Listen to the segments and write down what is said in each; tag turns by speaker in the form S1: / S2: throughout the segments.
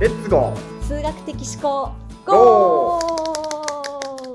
S1: レッツゴー
S2: 数学的思考
S1: ゴ
S2: ゴ
S1: ー
S2: ー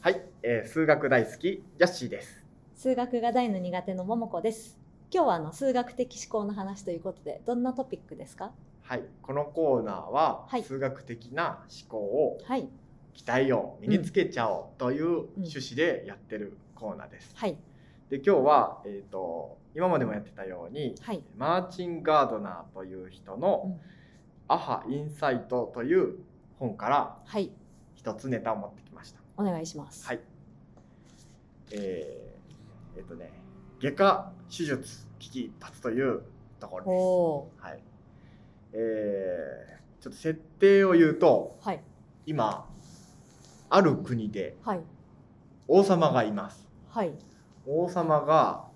S1: はい、えー数学大好きヤッシーです
S2: 数学が大の苦手の桃子です今日はあの数学的思考の話ということでどんなトピックですか
S1: はい、このコーナーは、
S2: はい
S1: 数学的な思考を
S2: はい
S1: 鍛えよう身につけちゃおうという趣旨でやってるコーナーです、
S2: はい
S1: で今日は、えー、と今までもやってたように
S2: はい
S1: マーチン・ガードナーという人の「
S2: うん
S1: アハ・インサイト」という本から
S2: はい
S1: 一つネタを持ってきました
S2: お願いします
S1: はいえーえっとね外科手術危機一髪というとこ
S2: お
S1: ろ
S2: お
S1: です。はい。えーちょっと設定を言うと
S2: ーはい
S1: 今ある国で
S2: はい
S1: 王様がいます。
S2: はい
S1: 王様が、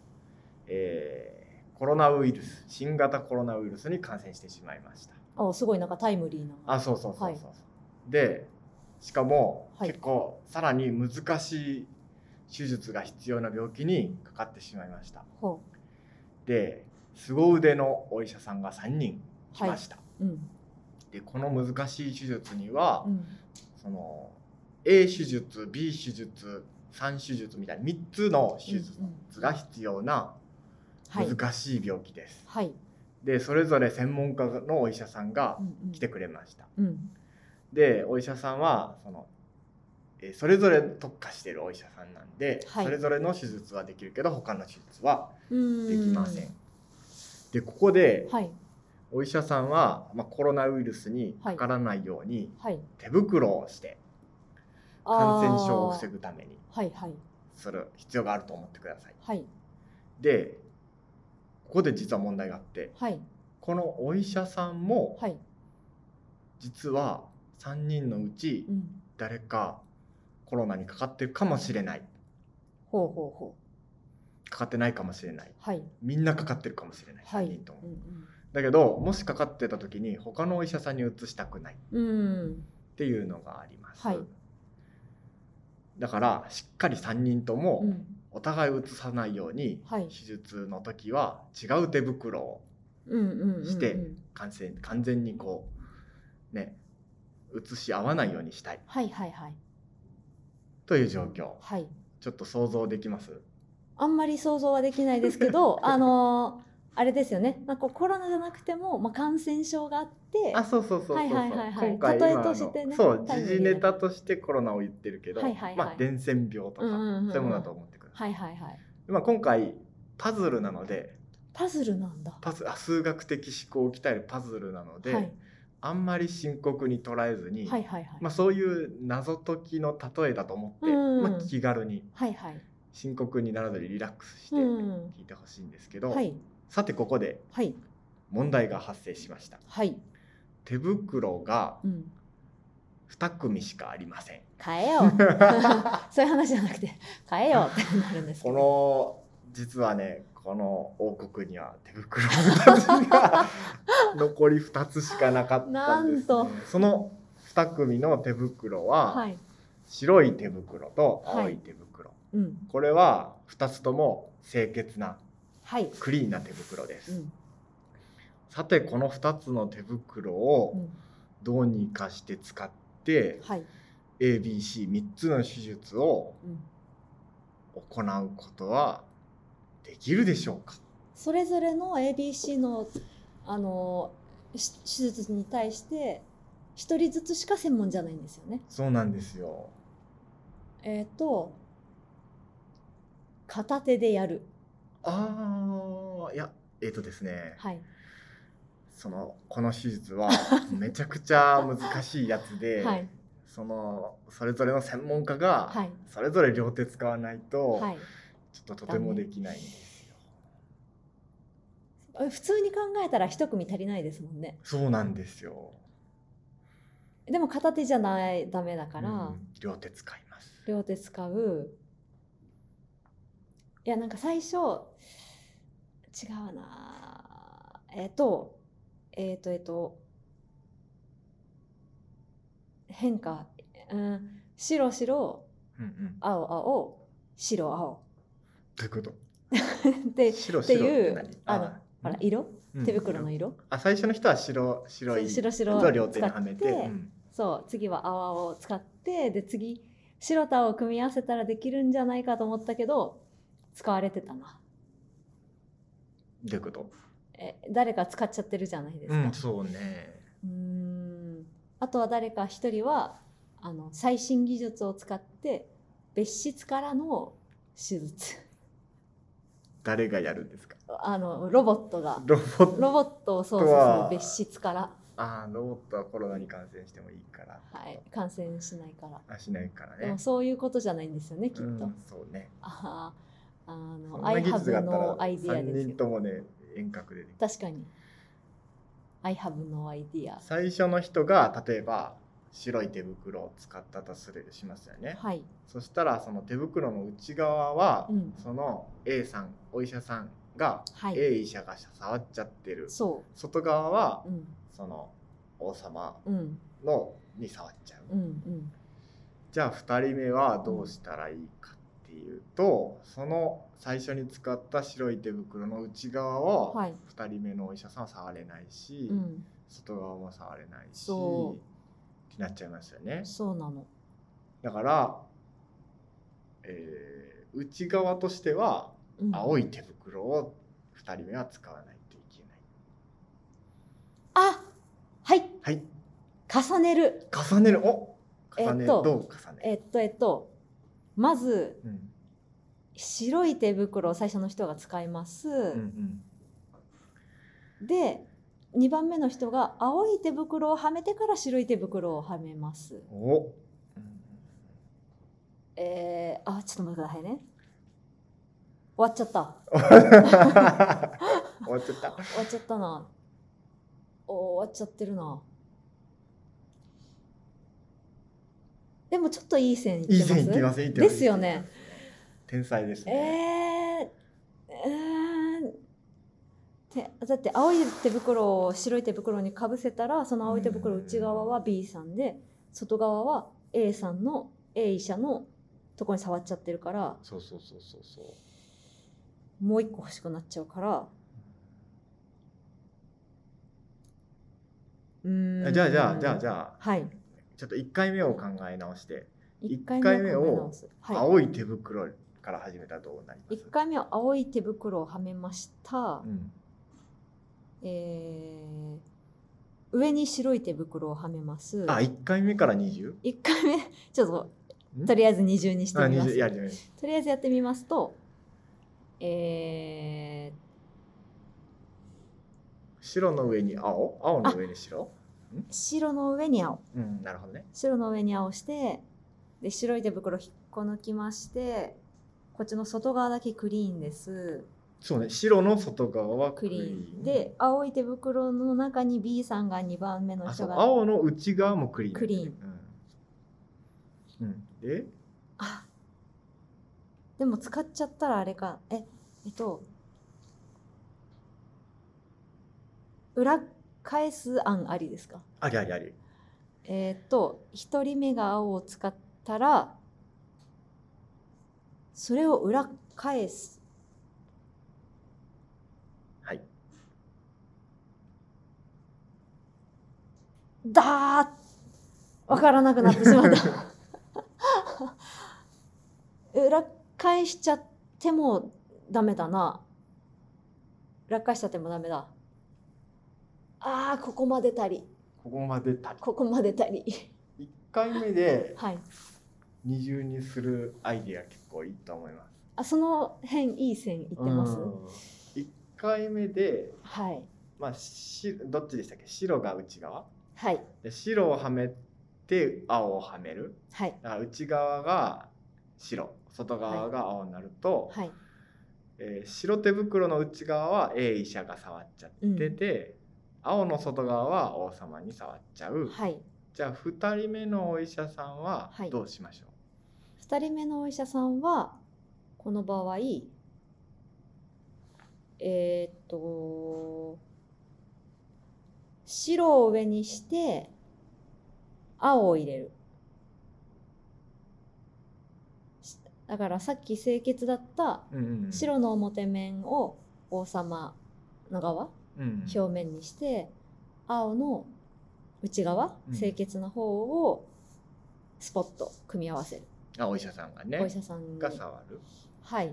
S1: えーコロナウイルス新型コロナウイルスに感染してしまいました。
S2: あすごいなんかタイムリーな
S1: あそうそうそうそう
S2: はい
S1: そう。でしかも、
S2: はい
S1: 結構さらに難しい手術が必要な病気にかかってしまいました。
S2: ほ
S1: で凄腕のお医者さんが3人来ました、
S2: ううん
S1: でこの難しい手術には、
S2: うん
S1: その A 手術 B 手術3手術みたいな3つの手術が必要な
S2: はい
S1: 難しい病気です、
S2: はい
S1: でそれぞれ専門家のお医者さんが
S2: うんうん
S1: 来てくれました
S2: うん
S1: でお医者さんはそのえーそれぞれ特化してるお医者さんなんで、
S2: はい
S1: それぞれの手術はできるけど他の手術は
S2: うー
S1: で
S2: ん
S1: きません、でここで、
S2: はい
S1: お医者さんは、まあ、コロナウイルスにかからないように
S2: はい
S1: 手袋をして
S2: あ
S1: 感
S2: ー
S1: 染症を防ぐために
S2: はいはい
S1: する必要があると思ってください。
S2: はい
S1: でここで実は問題があって
S2: はい
S1: このお医者さんも
S2: はい
S1: 実は3人のうち
S2: うん
S1: 誰かコロナにかかってるかもしれない
S2: ほうほうほ
S1: かかってないかもしれないう
S2: はい
S1: みんなかかってるかもしれない
S2: はい
S1: 3人とも。
S2: うん
S1: だけどもしかかってた時に他のお医者さんにうつしたくない。
S2: うんうん
S1: っていうのがあります、
S2: はい
S1: だからしっかり3人と
S2: う
S1: も
S2: ん
S1: お互いうつさないように、
S2: はい
S1: 手術の時は違う手袋を
S2: うんうんうんうん
S1: して完全完全にこうねうつし合わないようにしたい
S2: はいはいはい
S1: という状況
S2: はい
S1: ちょっと想像できます
S2: あんまり想像はできないですけ どあのーあれですよねなんかコロナじゃなくても、まあ、感染症があって
S1: あそうそうそうそうそう、
S2: はいはいはいはい
S1: 今回
S2: 例え
S1: 今あの
S2: としてね
S1: そう
S2: タイ
S1: 時
S2: ムリー
S1: 事
S2: な
S1: ネタとしてコロナを言ってるけど、
S2: はいはいはい
S1: まあ伝染病とか、
S2: うんうんうんうん
S1: そういうものだと思ってください、
S2: はいはいはい
S1: まあ、今回パズルなので
S2: パズルなんだ
S1: パズあ数学的思考を鍛えるパズルなので、
S2: はい、
S1: あんまり深刻に捉えずに、
S2: はいはいはい
S1: まあ、そういう謎解きの例えだと思って、
S2: うん
S1: まあ、気軽に
S2: はいはい
S1: 深刻にならずにリラックスして
S2: うん
S1: 聞いてほしいんですけど、
S2: はい
S1: さてここで
S2: はい
S1: 問題が発生しました
S2: はい、
S1: 手袋が
S2: うん、
S1: 2組しかありません
S2: 変え よう そういう話じゃなくて変えようってなるんですけど
S1: この実はねこの王国には手袋2つが 残り2つしかなかったんです、ね、
S2: なんと
S1: その2組の手袋は、
S2: はい
S1: 白い手袋と青い手袋、
S2: うん
S1: これは2つとも清潔な
S2: はい
S1: クリーンな手袋で
S2: う
S1: す、
S2: ん
S1: さてこの2つの手袋
S2: う
S1: を
S2: ん
S1: どうにかして使って
S2: はい
S1: ABC3 つの手術を
S2: うん
S1: 行うことはできるでしょうか
S2: それぞれの ABC のあのし手術に対して一人ずつしか専門じゃないんですよね。
S1: そうなんですよ
S2: えっ、と片手でやる。
S1: あーいやえっ、とですね、
S2: はい。
S1: そのこの手術 はめちゃくちゃ難しいやつで、
S2: はい。
S1: そのそれぞれの専門家が、
S2: はい。
S1: それぞれ両手使わないと、
S2: はい。
S1: ちょっととてもできないんですよ。
S2: え普通に考えたら一組足りないですもんね。
S1: そうなんですよ。
S2: でも片手じゃないダメだから、
S1: うん両手使います。
S2: 両手使う。いやなんか最初違うな。えっ、とえっ、とえっ、と変化、うん、白白
S1: うんうん。
S2: 青青白青
S1: ということ。
S2: で
S1: 白
S2: って
S1: 白
S2: いう
S1: 何
S2: あの
S1: あ
S2: ほら色
S1: うん
S2: 手袋の色、
S1: あ最初の人は白白い
S2: 白
S1: のを両
S2: 白
S1: 手
S2: 使
S1: に
S2: っ
S1: はめ
S2: て
S1: て、うん
S2: そう次は泡を使ってで次白と青を組み合わせたらできるんじゃないかと思ったけど使われてたな
S1: どういうこと、
S2: え誰か使っちゃってるじゃないです
S1: うん、
S2: か
S1: そうね
S2: うーんあとは誰か一人はあの最新技術を使って別室からの手術
S1: 誰がやるんですか
S2: あのロボットが
S1: ロボット
S2: ロボットを操作
S1: う
S2: す
S1: わ
S2: る別室から、
S1: あーロボットはコロナに感染してもいいから
S2: はい、感染しないから、
S1: あしないから
S2: で
S1: ね
S2: もそういうことじゃないんですよねきっと、
S1: うん、そうね
S2: あーあ
S1: そん
S2: の
S1: な技
S2: iHub
S1: 術があった
S2: の
S1: ら
S2: アイディア
S1: 3
S2: です
S1: 人
S2: よ
S1: ともね遠隔でできる
S2: 確かに I have no idea
S1: 最初の人が例えば白い手袋を使ったとするしますよね、
S2: はい
S1: そしたらその手袋の内側は、
S2: うん
S1: その A さんお医者さんが、
S2: はい
S1: A 医者が触っちゃってる
S2: そ
S1: 外側は、
S2: ううん
S1: その王様
S2: うん
S1: のに触っちゃう、
S2: うんうん
S1: じゃあ2人目はどうしたらいいかっていうとその最初に使った白い手袋の内側を
S2: はい
S1: 2人目のお医者さんは触れないし、
S2: うん
S1: 外側も触れないし
S2: そ
S1: ってなっちゃいますよね
S2: そうなの
S1: だから、えー内側としては
S2: うん
S1: 青い手袋を2人目は使わないといけない、
S2: あはい
S1: はい
S2: 重ねる
S1: 重ねるお重ねる、
S2: えっと
S1: どう重ねる
S2: えっとえっとまず
S1: うん
S2: 白い手袋を最初の人が使います、
S1: うんうん
S2: で2番目の人が青い手袋をはめてから白い手袋をはめます
S1: お、
S2: えー、あちょっと待ってくださいね終わっちゃった
S1: 終わっちゃった。
S2: 終わっちゃったなお終わっちゃってるなでもちょっといい線いって
S1: い
S2: ま
S1: い
S2: す
S1: 線いってます。いい線
S2: ですよね。
S1: 天才です
S2: え
S1: ね。
S2: ー、えーてだって青い手袋を白い手袋にかぶせたらその青い手袋内側は B さんで外側は A さんの A 医者のとこに触っちゃってるから
S1: そうそうそうそうそう。
S2: もう一個欲しくなっちゃうからうーん
S1: じゃあじゃあじゃあじゃあ
S2: はい
S1: ちょっと一回目を考え直して、
S2: 一
S1: 回目を
S2: 考え直すはい、
S1: 青い手袋から始めたらどうなります
S2: 1？回目は青い手袋をはめました、
S1: うん。
S2: えー上に白い手袋をはめます
S1: あ、一回目から二十？
S2: 1回目ちょっと
S1: ん
S2: とりあえず二重にして
S1: あ、
S2: み
S1: 二
S2: ます
S1: 十やりま
S2: とりあえずやってみますとえー
S1: 白の上に青、青の上に白。
S2: 白の上に青
S1: うん、なるほどね。
S2: 白の上に青してで白い手袋引っこ抜きましてこっちの外側だけクリーンです
S1: そうね。白の外側は
S2: クリーンで。青い手袋の中に B さんが2番目の
S1: あ、そ
S2: 人
S1: う。
S2: が
S1: 青の内側もクリーン。
S2: クリーン
S1: うん。うん。で、
S2: あでも使っちゃったらあれかええっと裏返す案ありですか
S1: ありありあり。
S2: えーっと1人目が青を使ったらそれを裏返す
S1: はい。
S2: だーっわからなくなってしまった 裏返しちゃってもダメだな裏返しちゃってもダメだあーここまでたり
S1: ここまでた
S2: ここまでたり
S1: 1回目で
S2: はい
S1: 二重にするアイディア結構いいと思います。
S2: あその辺いい線いってます
S1: うん一回目で、
S2: はい
S1: まあ、しどっちでしたっけ白が内側
S2: はい
S1: で白をはめて青をはめる
S2: はい
S1: だから内側が白外側が青になると、
S2: はい
S1: えー白手袋の内側は A 医者が触っちゃってて、青の外側は王様に触っちゃう、
S2: はい
S1: じゃあ2人目のお医者さんは
S2: はい
S1: どうしましょう、
S2: 2人目のお医者さんはこの場合えーっと白を上にして青を入れるしだからさっき清潔だった
S1: うんうんうん
S2: 白の表面を王様の側
S1: うん
S2: 表面にして青の内側
S1: うん
S2: 清潔な方をスポッと組み合わせる、
S1: あお医者さんがね
S2: お医者さん
S1: が
S2: に
S1: 触る、
S2: はい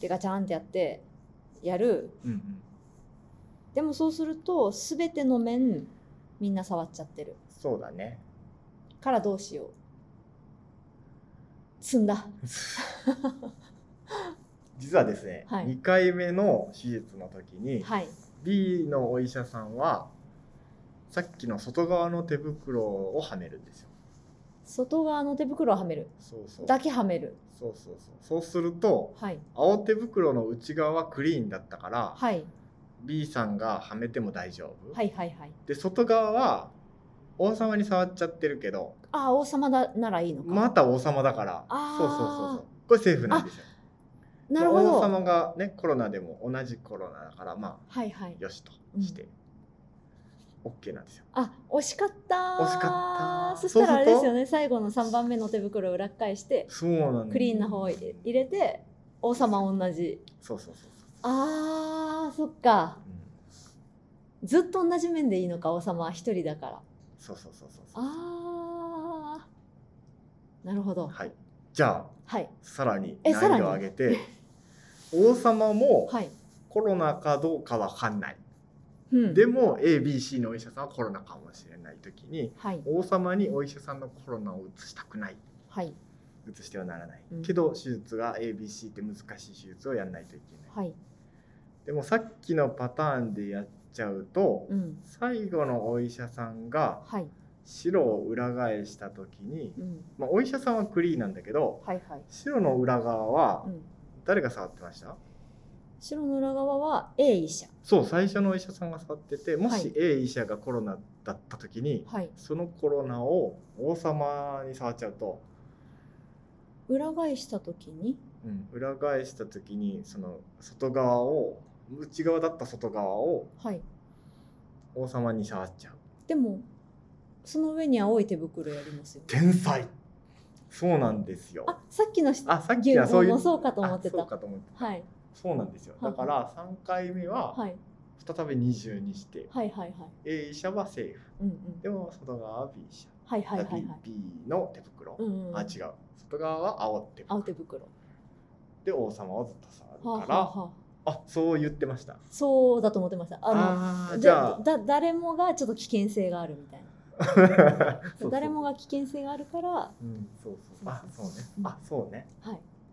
S2: でガチャンってやってやる
S1: うんうん、
S2: でもそうすると全ての面みんな触っちゃってる
S1: そうだ ね
S2: からどうしよう積んだ
S1: 実はですね、
S2: はい
S1: 2回目の手術の時に、
S2: はい、
S1: B のお医者さんはさっきの外側の手袋をはめるんですよ
S2: 外側の手袋をはめる
S1: そうそう
S2: だけはめる
S1: そうそうそうそうすると
S2: はい
S1: 青手袋の内側はクリーンだったから、
S2: はい
S1: B さんがはめても大丈夫、
S2: はいはいはい
S1: で外側は王様に触っちゃってるけど
S2: ああ王様だならいいのか、
S1: また王様だから
S2: あー
S1: そうそうそうそうこれセーフなんですよ
S2: なるほど
S1: 王様がねコロナでも同じコロナだからま
S2: はいはい
S1: あよしとして、オッ OK なんですよ
S2: あ惜しかったー
S1: 惜しかった
S2: そしたらあれで
S1: そう
S2: す
S1: すると
S2: よね最後の3番目の手袋を裏返して
S1: そうなんです
S2: クリーンな方を入れて王様同じ
S1: そうそうそうそう
S2: あーそっか
S1: うん
S2: ずっと同じ面でいいのか王様は一人だから
S1: そうそうそうそうそう
S2: あーなるほど
S1: はいじゃあ
S2: はい
S1: さらに
S2: えさ
S1: 難
S2: らに
S1: 易度を上げて王様も
S2: はい、
S1: コロナかどうかわかんない、
S2: うん、
S1: でも ABC のお医者さんはコロナかもしれない時に
S2: はい
S1: 王様にお医者さんのコロナを移したくない
S2: はい
S1: 移してはならない、
S2: うん
S1: けど手術が ABC って難しい手術をやらないといけない、
S2: はい
S1: でもさっきのパターンでやっちゃうと、
S2: うん
S1: 最後のお医者さんが
S2: はい
S1: 白を裏返した時に、
S2: うん
S1: まあ、お医者さんはクリーンなんだけど
S2: はいはい、
S1: 白の裏側は
S2: うん、
S1: 誰が触ってました、
S2: 白の裏側は A 医者
S1: そう最初のお医者さんが触ってても
S2: はい
S1: し A 医者がコロナだった時に、
S2: はい
S1: そのコロナを王様に触っちゃうと、
S2: 裏返した時に
S1: うん裏返した時にその外側を内側だった外側を
S2: はい
S1: 王様に触っちゃう
S2: でもその上に青い手袋やりますよ
S1: 天才そうなんですよ
S2: あさっきのし
S1: あさっき
S2: 牛
S1: はそうい
S2: も
S1: う
S2: そうかと思って
S1: あそう
S2: た
S1: かと思って
S2: はい
S1: そうなんですよ
S2: は
S1: だ
S2: い
S1: から3回目は
S2: はい
S1: 再び20にして
S2: はいはいはい
S1: A 医者はセーフ
S2: うんうん
S1: でも外側は B 医者
S2: はいはいはいはい
S1: B, B の手袋、
S2: うんうん
S1: あ違う外側は青手袋
S2: 青手袋は
S1: で王様をずっと触
S2: あ
S1: る
S2: は
S1: から、
S2: あはあ
S1: あそう言ってました
S2: そうだと思ってましたあの
S1: あー
S2: で
S1: じゃあ
S2: だ誰もがちょっと危険性があるみたいな
S1: そう そう
S2: 誰もが危険性があるからは
S1: うんそうそうあそうね
S2: うん
S1: あそうね
S2: い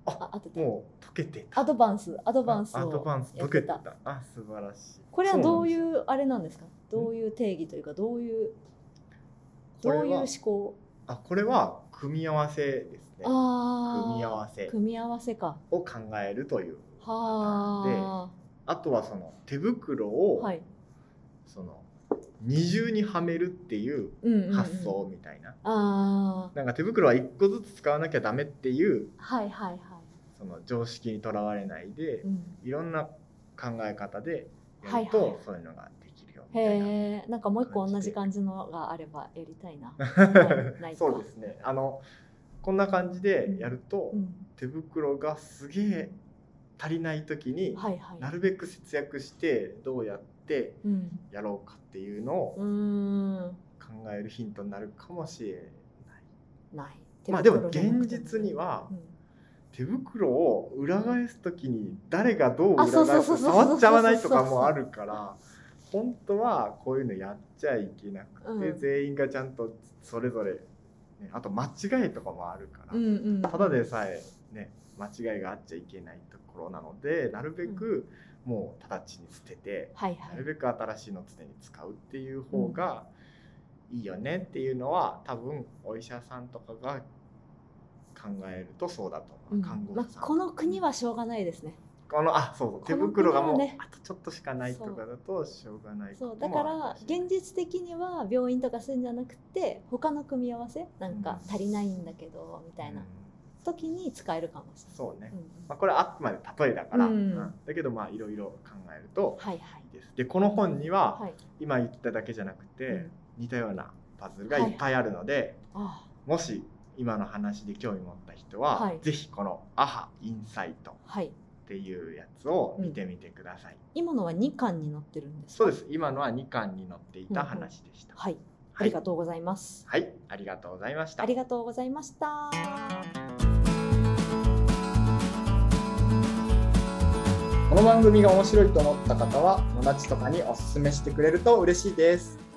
S1: あ
S2: あ当てた
S1: もう溶けてた
S2: アドバンスアドバンス
S1: あアド
S2: を
S1: バンス
S2: や
S1: 溶
S2: っ
S1: け
S2: て
S1: て
S2: た
S1: たあ素晴らしい
S2: これはどうい
S1: そう
S2: あれなんですかどういう定義というかどういうどう
S1: こ
S2: いう
S1: れは
S2: 思考
S1: あこれは組み合わせですね
S2: あー
S1: 組み合わせ
S2: 組み合わせか
S1: を考えるという
S2: は
S1: あとはその手袋
S2: あ
S1: を、
S2: はい
S1: その二重にはめるっていう
S2: うんうんうん
S1: 発想みたいな、
S2: ああ
S1: なんか手袋は一個ずつ使わなきゃダメっていう
S2: はいはいはい
S1: その常識にとらわれないで
S2: う、ん
S1: いろんな考え方でや
S2: はい
S1: る
S2: はい
S1: とそういうのができるよみたいな、
S2: へえんかもう一個同じ感じのがあればやりたい なないないか
S1: そうですねあのこんな感じでやると、
S2: うん
S1: 手袋がすげえ足りない時に、
S2: はいはい
S1: なるべく節約してどうやって
S2: うん
S1: やろうかっていうのを
S2: うーん
S1: 考えるヒントになるかもしれない、
S2: ない
S1: まあでも現実には手袋を裏返す時に誰がどう裏
S2: あそ
S1: 返
S2: うそ
S1: す
S2: う
S1: か
S2: そうそ
S1: 触
S2: う
S1: っちゃわないとかもあるから本当はこういうのやっちゃいけなくて、
S2: うん
S1: 全員がちゃんとそれぞれ、ね、あと間違いとかもあるから、
S2: うんうんうん
S1: ただでさえ、ね、間違いがあっちゃいけないところなのでなるべくもう直ちに捨てて、
S2: はいは
S1: なる
S2: い
S1: べく新しいのを常に使うっていう方がいいよねっていうのは多分お医者さんとかが考えるとそうだと思う、
S2: うん
S1: 看護
S2: ま
S1: 師さ
S2: あ
S1: ん、
S2: この国はしょうがないですね
S1: このあそうそう
S2: こ
S1: 手
S2: の
S1: 袋がもう、
S2: 国はね
S1: あとちょっとしかないとかだとしょうがない
S2: そう
S1: こと
S2: だ
S1: も
S2: か
S1: あ
S2: ら
S1: るし
S2: 現実的には病院とかするんじゃなくて他の組み合わせなんか
S1: うん
S2: 足りないんだけどみたいな
S1: うん
S2: 時に使えるかもしれない。
S1: そうね、
S2: うんうん
S1: まあ、これはあくまで例えだから、
S2: うん
S1: うんだけどまあいろいろ考えると
S2: はいはい
S1: いいですでこの本には、
S2: はい。
S1: 今言っただけじゃなくて、
S2: うん
S1: 似たようなパズルがいっぱいあるので、
S2: あ
S1: もし今の話で興味持った人は、
S2: はい
S1: ぜひこの「アハインサイト
S2: はい」
S1: っていうやつを見てみてください、
S2: 今のは2巻になってるんです
S1: そう
S2: か
S1: です今のは2巻に載っていた話でした、
S2: はいあ
S1: は
S2: り
S1: い
S2: がとうございます、
S1: はいありがとうございました
S2: ありがとうございました
S1: この番組が面白いと思った方は友達とかにおすすめしてくれると嬉しいです